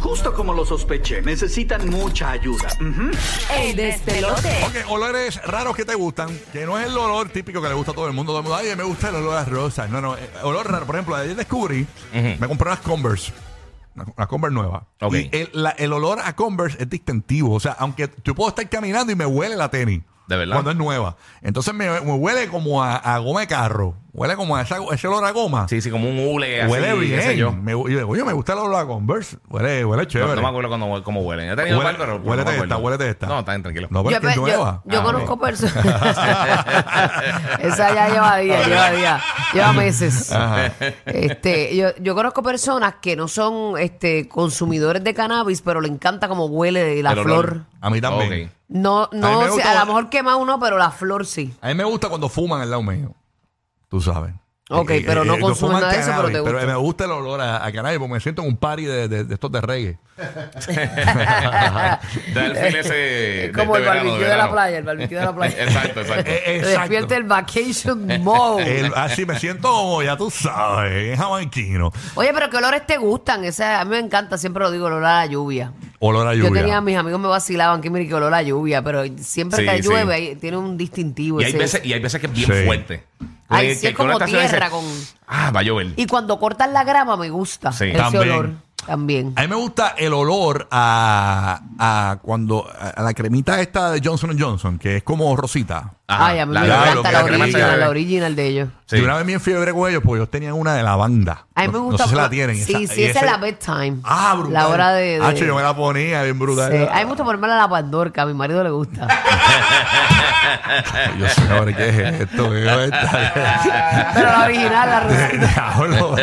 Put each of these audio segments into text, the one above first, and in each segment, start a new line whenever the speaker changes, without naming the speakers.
Justo como lo sospeché, necesitan mucha ayuda. Mm. Ujú.
El despelote.
Ok, olores raros que te gustan, que no es el olor típico que le gusta a todo el mundo. Todo el mundo, ay, me gusta el olor a rosas. No, no, eh, olor raro. Por ejemplo, ayer descubrí, me compré unas Converse. Una una Converse nueva.
Ok.
Y el, la- el olor a Converse es distintivo. O sea, aunque yo puedo estar caminando y me huele la tenis.
¿De verdad?
Cuando es nueva. Entonces me, me huele como a, a goma de carro. Huele como a esa- ese olor a goma.
Sí, sí, como un hule. así,
huele
qué sé yo.
bien. Me, yo digo, oye, me gusta el olor a Converse. Huele, huele
No,
chévere.
no me acuerdo cuando, hue- cómo huelen. He tenido
Huele,
par, pero no me
huélete
acuerdo.
esta, huélete esta.
No, está bien, tranquilo.
No, pero es que es
yo,
nueva.
yo
Ah,
conozco
ok.
personas. Esa ya lleva días, lleva días, lleva meses. Este, yo, yo conozco personas que no son este, consumidores de cannabis, pero le encanta como huele la
El olor.
flor.
A mí también.
Ok.
No,
A mí
no,
me
sé,
gusta-
a lo mejor quema uno, pero la flor sí.
A mí me gusta cuando fuman al lado mío. Tú sabes.
Ok,
Eh,
pero
eh,
no
eh,
consumes
fuman
nada de eso, pero
cannabis,
te gusta.
me gusta el olor a, a cannabis porque me siento en un party de, de- de estos de reggae.
Da el feel ese.
Es como
este
de-
el barbecue de
de verano,
la
verano.
playa, el barbecue de la playa.
Exacto, exacto.
Eh,
Te
exacto.
Despierta el vacation mode.
El- así me siento como, ya tú sabes, en jamaiquino.
Oye, pero ¿qué olores te gustan? Esa, a mí me encanta, siempre lo digo, el olor a la lluvia.
Olor a lluvia.
Yo tenía, mis amigos me vacilaban que mire que olor a lluvia, pero siempre
Sí,
que
sí.
llueve ahí tiene un distintivo.
Y hay,
ese-
veces, y hay veces que es bien
Sí.
fuerte.
Ay,
Que-
sí,
que-
es
que una
como
estación dice,
tierra con-
Ah, va a llover.
Y cuando cortan la grama me gusta
Sí.
ese
También.
olor también.
A mí me gusta el olor a, a cuando a, a la cremita esta de Johnson Johnson, que es como rosita.
Ajá,
Ay, a mí
la-
me
la-
encanta la,
la crema
original,
seca.
la original de ellos.
Sí.
Yo una vez me enfiebre con ellos porque ellos tenían una de lavanda.
A mí
No-
me gusta.
No sé si la
por-
tienen.
Sí, sí,
y
esa es
ese-
la bedtime.
Ah, brutal.
La hora de. de-
Hacho, yo me la ponía bien brutal.
Sí. A mí me gusta ponerme la pandorca, a mi marido le gusta.
Ay, Yo señor, ¿qué es esto? ¿Qué es esta?
pero la original, la rosita.
Diablo,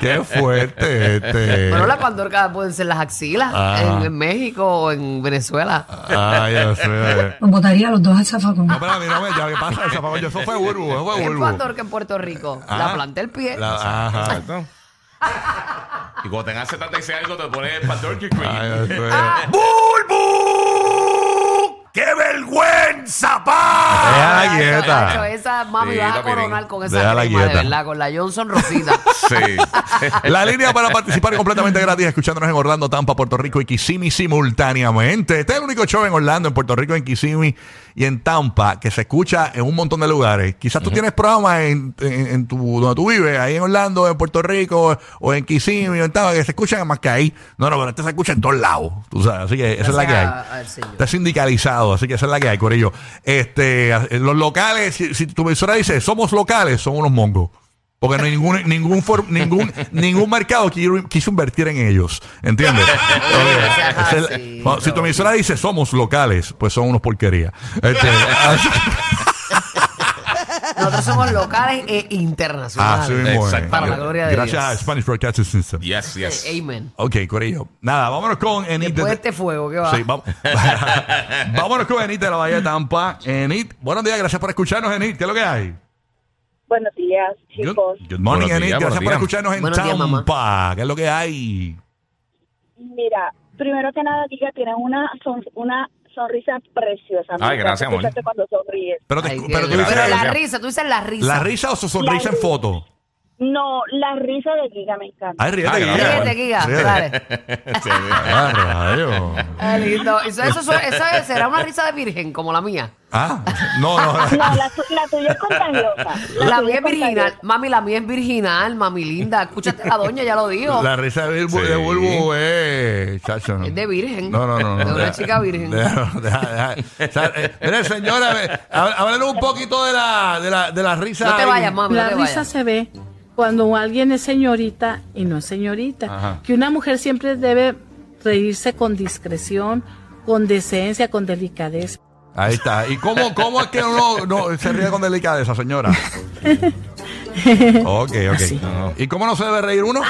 qué fuerte este.
Bueno, la pandorca pueden ser las axilas
Ajá.
en, en México o en Venezuela.
Ay, Dios mío.
Botaría los dos al zafacón.
No, pero a mí no me ya, ¿qué pasa? Esa, papá, yo, eso fue burbu, eso fue
¿Qué es
burbu.
pandorca en Puerto Rico?
Ah.
La planta del pie. Ah.
La- ajá.
Exacto. Y cuando tengas 76 algo, te pones el Pandorky Queen.
Ay, Dios mío. ¡Burbu! ¡Qué vergüenza, pa! Déjala
Ay, chacho,
quieta.
esa mami
Sí,
va a
papirín.
coronar con esa
Déjala
crema,
quieta.
de verdad, con la Johnson Rosita.
Sí.
La línea para participar completamente gratis, escuchándonos en Orlando, Tampa, Puerto Rico y Kissimmee simultáneamente. Este es el único show en Orlando, en Puerto Rico, en Kissimmee y en Tampa que se escucha en un montón de lugares. Quizás tú tienes programas en, en- en tu, donde tú vives, ahí en Orlando, en Puerto Rico o en Kissimmee o en Tampa, que se escuchan más que ahí. No, no, pero este se escucha en todos lados. Tú sabes, así que esa es la que hay.
Gracias a- al señor.
Está sindicalizado, así que esa es la que hay, Corillo. Este, los locales, si, si tu visora dice somos locales, son unos mongos. Porque no hay ningún, ningún, for- ningún, ningún mercado quiso, quiso invertir en ellos. ¿Entiendes? Oye,
Ajá,
esa es la-
sí,
cuando- si tu emisora dice somos locales, pues son unos porquerías. Este, así-
Nosotros somos locales e
así
internacionales.
mismo es.
Exacto. Para
la gloria de
Gracias
Dios.
a Spanish Broadcasting System.
Yes, yes.
Amen.
Ok, Corillo. Nada, vámonos con Enid
Después de
de-
este fuego, ¿qué va?
Sí, vamos. vámonos con Enid de la Bahía de Tampa. Enid, buenos días, gracias por escucharnos, Enid. ¿Qué es lo que hay?
Buenos días,
Good,
chicos.
good morning,
Buenos
Enid. Gracias
días, buenos
por
días.
escucharnos en
Buenos días, mamá.
Tampa. ¿Qué es lo que hay?
Mira, primero que nada, diga, tienes una, son- una sonrisa preciosa. Me
Ay, gracias,
encanta
amor.
escucharte cuando sonríes.
Pero, te,
Ay,
escu-
qué
pero tú
lindo.
dices
Pero la
gracias.
risa, tú dices la risa.
la risa o su sonrisa en foto.
No, la risa de Giga me encanta.
Ay, ríete,
Ah,
Guilla.
gracias.
Ríete, Giga,
Ríete.
dale.
Ah, rayo.
Ay, lindo. Eso, eso, eso- eso será una risa de virgen, como la mía.
Ah, no,
No,
no.
la, tu- la tuya es contagiosa.
La
tuya
mía es virginal.
contagiosa.
Mami, la mía es virginal, mami linda. Escúchate, la doña ya lo dijo.
La risa de Bulbo,
Sí.
de Bulbo eh, chacho, no.
Es de virgen.
No, no, no. no.
De una
Deja-
chica virgen.
deja- deja- deja. O sea, eh, mire, señora, ve, hab- háblenos un poquito de la, de la, de la risa.
No te
ahí.
vayas, mami, no
La
te
risa
vayas.
se ve cuando alguien es señorita y no es señorita.
Ajá.
Que una mujer siempre debe reírse con discreción, con decencia, con delicadeza.
Ahí está. ¿Y cómo, cómo es que uno no, se ríe con delicadeza, señora? ok, ok. ¿Y cómo no se debe reír uno?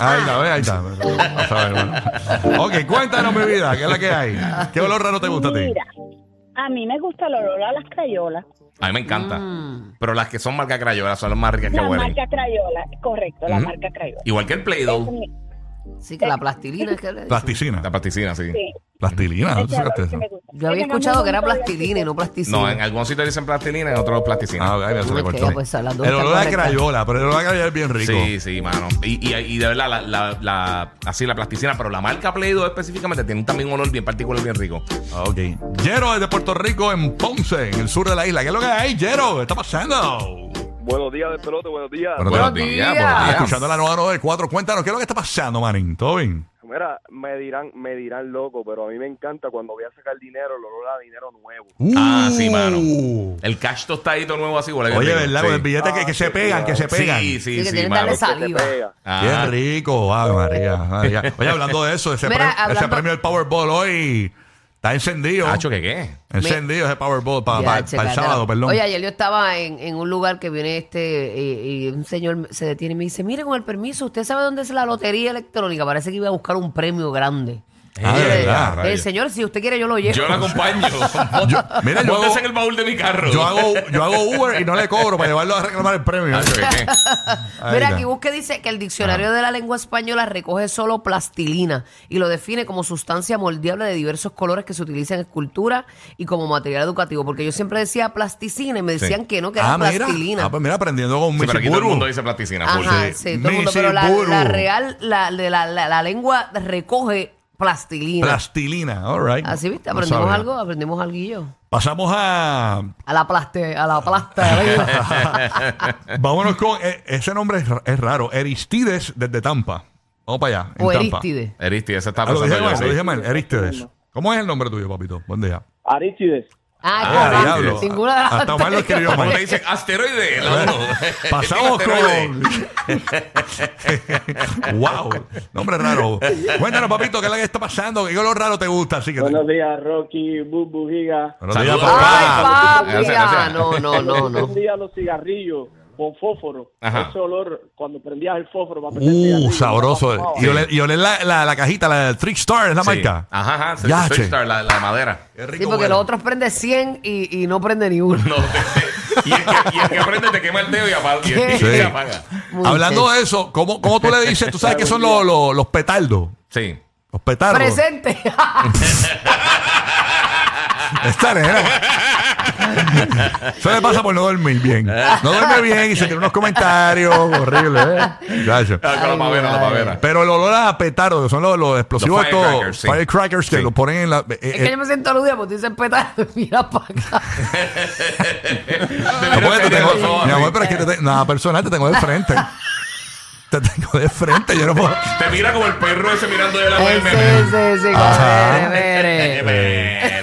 Ahí está, ve, ahí está. Vamos a ver, bueno. Ok, cuéntanos mi vida, ¿qué es la que hay? ¿Qué olor raro te gusta a ti?
Mira, a mí me gusta el olor a las crayolas.
A mí me encanta.
Mm.
Pero las que son marca Crayola son las más ricas que
La
huelen.
marca crayola, correcto, la
Ujú.
marca crayola.
Igual que el Play-Doh.
Sí, que la plastilina es que le dicen.
Plasticina.
La pasticina, sí.
Sí.
Plastilina, ¿no?
Ese
¿Tú
es el
sacaste Ah,
olor
eso?
que me gusta.
Yo había
Que tengan
escuchado
un
que era
bonito día,
plastilina y no plasticina.
No, en algunos sitios dicen plastilina, en otros plasticina.
Ah, ya se le
Ok,
cortó.
pues,
el
hablando de
olor a
correcto.
crayola, pero el olor a crayola es bien rico.
Sí, sí, mano. Y, y, y de verdad, la, la, la- así la plasticina, pero la marca Play 2 específicamente tiene también un olor bien particular, bien rico.
Ok. Yero desde Puerto Rico, en Ponce, en el sur de la isla. ¿Qué es lo que hay, Yero? ¿Qué está pasando?
Buenos días, de pelote, buenos días.
Buenos días.
Ah,
Ah.
Escuchando la 994, cuéntanos, ¿qué es lo que está pasando, manín? ¿Todo bien?
Mira, me dirán, me dirán loco, pero a mí me encanta cuando voy a sacar dinero, el olor a dinero nuevo.
Ah, sí,
Uh.
mano. El cash tostadito nuevo así, huele bien
Oye,
rico.
¿verdad?
Sí. Ah,
Con el billete que, que se pegan, que se pegan.
Sí,
Sí, sí,
que
sí,
tienen que
mano.
darle
Que te
saliva.
pega.
Ah,
Qué rico, Ave María, María. Oye, hablando de eso, ese,
Mira,
premio,
hablando-
ese premio del Powerball hoy está encendido.
Cacho, ¿qué qué?
Encendido ese Powerball para
Ya,
el
checatela.
sábado, perdón.
Oye, ayer yo estaba en, en un lugar que viene este y, y un señor se detiene y me dice, mire, con el permiso, ¿usted sabe dónde es la lotería electrónica? Parece que iba a buscar un premio grande.
Ah,
Y yo
de
le-
verdad,
el
rayos.
señor, si usted quiere, yo lo llevo.
Yo lo acompaño.
Yo- mira, yo
Póngase
hago-
en el baúl de mi carro.
yo, hago, yo hago Uber y no le cobro para llevarlo a reclamar el premio.
Cacho, ¿qué
Ahí
qué?
Mira,
está. Ah.
aquí busque dice que el diccionario de la lengua española recoge solo plastilina y lo define como sustancia moldeable de diversos colores que se utiliza en escultura y como material educativo. Porque yo siempre decía plasticina y me decían que no, que era
Ah, mira.
plastilina.
Ah, pues eh, mira, aprendiendo con
Sí, pero aquí todo el
Michiburu.
mundo dice plasticina. full.
Ajá,
Sí.
sí, todo el mundo. Pero la,
Misiburu.
la real, la, de la, la, la lengua recoge plastilina.
Plastilina, all right.
Así viste,
No
aprendimos
sabía.
algo, aprendimos algo.
Pasamos a.
A la plaste, a la plasta.
Vámonos con. eh, ese nombre es, ra- es raro. Aristides desde Tampa. Vamos para allá. En
o
Tampa.
Aristide.
Eristi, esa está
Ah, lo
pasando
dije
yo,
mal,
pues sí.
lo dije mal. Aristides. ¿Cómo es el nombre tuyo, papito? Buen día. Oh,
Aristides.
Ah,
Ah,
correcto.
diablo.
Ninguna de las
Hasta Omar lo escribió
anteriores.
¿Cómo
mal.
te dicen? Asteroide. la uno.
Pasamos
Asteroide.
con. ¡Wow! Nombre raro. Cuéntanos, papito, ¿qué es lo que está pasando? ¿Qué lo raro te gusta? Así que.
Buenos días, Rocky, Bubu, Giga.
Buenos días,
Saludos.
papá.
Ay, papi,
Gracias,
ya,
gracias.
no, no, no,
Cuando
no.
prendía los cigarrillos con fósforo,
Ajá.
ese olor, cuando prendías el fósforo para prender
Uh,
cigarrillos,
sabroso.
papá,
Y olé, y olé la, la, la cajita, la del Trick Star, es la
Sí.
marca.
Ajá, ajá. sí,
Ya,
sí,
che.
Star, la, la de madera.
Qué rico
Sí, porque
huele.
los otros prende 100 y, y no prende ni uno.
No, y, el que, y el que prende te quema el dedo y apaga. Y, y- y
Sí.
se apaga.
Muchacho.
Hablando de eso, ¿cómo, cómo tú le dices? ¿Tú sabes que son los, los, los petardos?
Sí.
Los petardos.
Presente.
Esta nena. Eso le pasa por no dormir bien. No duerme bien y se tiene unos comentarios horribles. ¿eh? Gracias.
Ah, con la pavera, la pavera.
Pero el olor a petardo, que son los, los explosivos
Los
estos,
firecrackers, sí.
firecrackers que
Sí.
los ponen en la. eh,
es que
eh,
yo me siento aludida porque tú dices petardo. Mira para acá.
mi amor, te tengo- mi amor,
Te
pero es que te tengo- nada personal, te tengo de frente. Te tengo de frente, yo no puedo.
mira como el perro ese mirando de la
Sí, sí, sí.
Ajá.
como, mire, mire.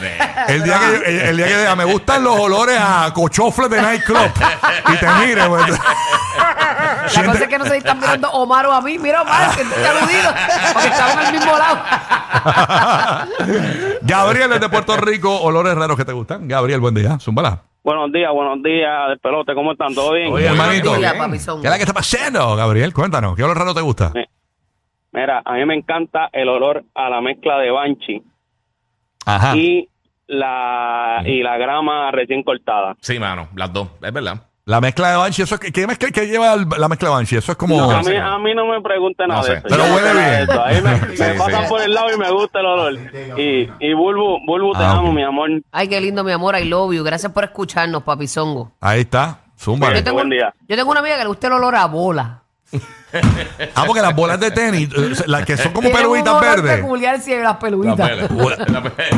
El día que, yo- el, el día que diga, me gustan los olores a cochofles de nightclub y te mire, pues,
La cosa es que no se están mirando Omar o a mí. Mira, Omar, que te aludido. Porque estamos en el mismo lado.
Gabriel desde Puerto Rico, olores raros que te gustan. Gabriel, buen día. Zúmbala.
Buenos días, buenos días, de pelote, ¿cómo están? ¿Todo bien?
Oye, hermanito.
buenos días,
¿Qué
papizón.
es la que está pasando, Gabriel? Cuéntanos, ¿qué olor raro te gusta?
Mira, a mí me encanta el olor a la mezcla de Banshee
Ajá.
y la y la grama recién cortada.
Sí, mano, las dos, es verdad.
La mezcla de Banshee, eso es, ¿qué mezcla que lleva el- la mezcla de Banshee? Eso es como...
No, a, mí, a mí no me pregunten nada
No sé.
de eso.
Pero
Yo
huele
no sé
bien.
de eso. Ahí me, me
Sí, sí.
pasan por el lado y me gusta el olor. Y, y Bulbu, Bulbu, te
Ah,
amo,
ok.
mi amor.
Ay, qué lindo, mi amor. I love you. Gracias por escucharnos, papizongo.
Ahí está, zúmbala.
Yo tengo,
buen día.
yo tengo una amiga que le gusta el olor a bola.
Ah, porque las bolas de tenis, eh, las que son como
Tiene un
peluitas
olor
verdes.
peculiar si las
La
peluitas.
pela. La pe-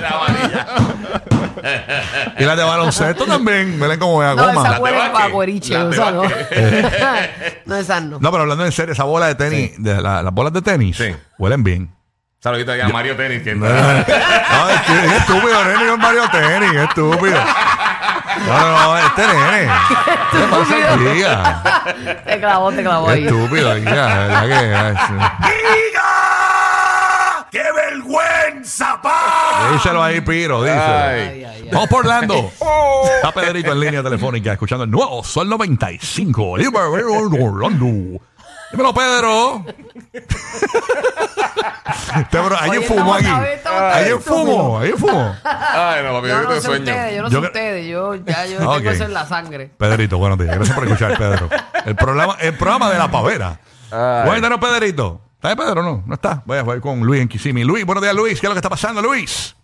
la varilla.
Y las de baloncesto también, miren como a
No,
goma.
esa
de
huele a
vaque.
guariche.
Las de
esa no.
vaque.
no, esa no.
No, pero hablando en serio, esa bola de tenis, de la- las bolas de tenis,
Sí.
huelen bien.
Saludito ahí a Mario Tenis. Que
No, es que- es estúpido, nene, con Mario Tenis, es estúpido. No, no, no, este nene. ¿Qué le pasa
Estúpido.
aquí? ah?
Te clavó, te clavó
Qué
ahí.
estúpido, ya, ¡Qué vergüenza, pa! Díselo ahí, Piro, díselo.
Ay.
Vamos por Orlando. Está Pedrito en línea telefónica escuchando el nuevo Sol 95. Libre Orlando. Dímelo, Pedro. Este bro, alguien
Oye,
fumó
estamos
aquí.
otra vez, estamos otra vez
Alguien fumó, alguien fumó.
Ay, no, papi,
Yo
yo
no
te
sé
sueño.
ustedes, yo no
Yo
sé
cre-
ustedes. Yo ya yo
Ok.
tengo eso en la sangre.
Pedrito, buenos días. Gracias por escuchar, Pedro. El programa, el programa de la pavera. Cuéntanos, Pedrito. ¿Está de Pedro? No, no está. Voy a jugar con Luis en Kissimmee. Luis, buenos días, Luis. ¿Qué es lo que está pasando, Luis?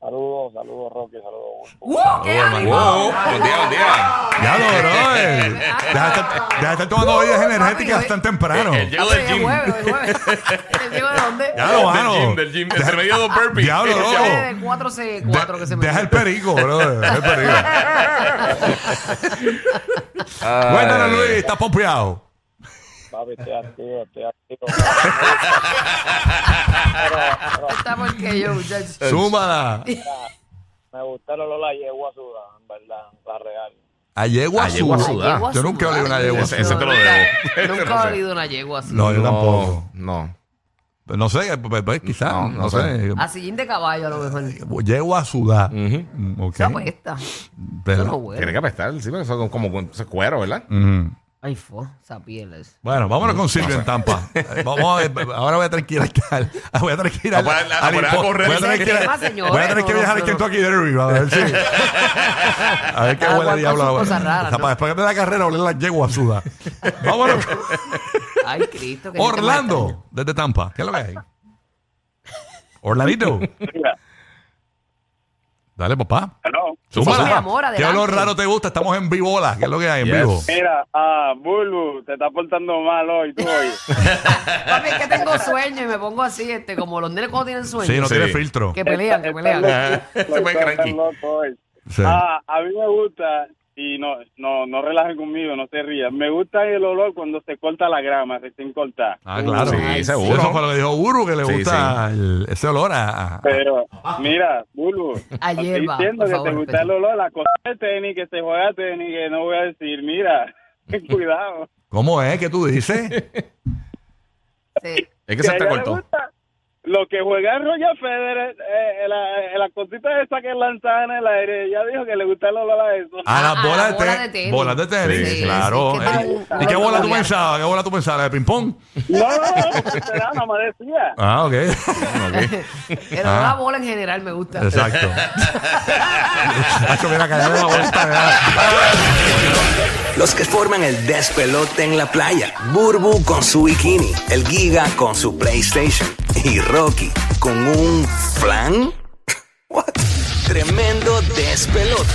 Saludos, saludos, Rocky, saludos.
¡Wow! ¡Qué ánimo!
Wow, buen día, buen día.
Ya lo, brother. Deja de estar- deja de estar
Uh,
tomando bebidas energéticas tan temprano.
Eh, eh, yo-
Ah, pero
Llegó del
ya
gym.
jueves, hoy jueves. ¿El gym de dónde?
Ya lo, mano.
Del gym, del gym. Entre medio de dos burpees.
Diablo, loco.
Jueves de 4 c 4 que se me
Deja el perico, brother. Deja el perico. Cuéntanos, Luis. ¿Estás pompeado?
Papi, estoy activo, estoy activo.
Está porque yo, muchachos.
Súmala.
Me gusta el olor a yegua sudada, en verdad, la real.
A yegua
A yegua
azul.
azul. sudar.
Yegua
Yo nunca
sudar.
olí una yegua
Ese- ese te lo
Nunca-
debo.
Nunca he olido una yegua así.
No, yo tampoco.
No.
No sé, pues, pues, quizás. No,
No, no
sé.
A sillín de caballo, a lo mejor.
Yegua sudá. Mm, ok.
Se apuesta.
Pero-
Eso no
Tiene
huele.
que apestar, sí, pero eso es como buen- eso es cuero, ¿verdad?
Ujú.
Ay, fo, esa piel es.
Bueno, vámonos con Silvio en Tampa. Eh, Vamos a ver, ahora voy a tener que ir al. al- Voy a tener que ir al.
A poner- a
al
poner a
hipo-
correr.
Voy a tener que, ir al-
Ese tema, señores,
voy a tener que
no,
viajar al
no, no.
Kentucky Derby. A ver si. A ver qué
Cada
huele
cual con
diablo.
sus
ahora.
cosas raras,
O sea,
¿no?
para Después de la carrera, oler la yegua suda. Vámonos. con-
Ay, Cristo. que
Orlando, desde Tampa. ¿Qué es lo que hay? Orlandito. Dale, papá.
Hello.
Súmala.
mi amor,
¿Qué
adelante.
olor raro te gusta? Estamos en vivola. ¿Qué es lo que hay en
Yes.
vivo?
Mira, ah, Bulbu, te está portando mal hoy, tú hoy.
Papi, es que tengo sueño y me pongo así, este, como los nenes cuando tienen sueño.
Sí, no
Sí.
tiene filtro.
Que pelean, que pelean.
Se fue cranky.
Sí.
Ah, a mí me gusta, y no, no, no relajen conmigo, no se rían. Me gusta el olor cuando se corta la grama, recién corta.
Ah, claro.
Sí,
Ay,
seguro.
Eso fue lo que dijo Uru, que le
Sí,
gusta el- ese olor a... a-
Pero, mira, Bulbu,
A
te estoy
hierba,
diciendo
por
que
favor,
te gusta el
respeto.
olor, la cosa de tenis, que se juega tenis, que no voy a decir, mira, cuidado.
¿Cómo es que tú dices?
Sí.
Es que
Que
se
a
te
ella le
cortó.
gusta Lo que juega Roger Federer, eh, eh, la, eh, la cosita esa que lanzada en el aire, ella dijo que le gusta el olor a eso.
A las
Ah,
bolas de,
la bola
tenis.
de tenis.
Bolas de tenis,
Sí, sí,
claro.
sí, que
Eh,
tan-
¿Y qué
tan
bola tú
jovial.
pensabas? ¿Qué bola tú pensabas? ¿La de ping-pong?
No, no, no, no, no, nada, nada más decía.
Ah, ok.
Pero
Ah.
la bola en general me gusta.
Exacto. Chacho, mira, cayó la bolsa, mira.
Los que forman el despelote en la playa. Burbu con su bikini. El Giga con su PlayStation. Y Rocky con un flan. What? Tremendo despelote.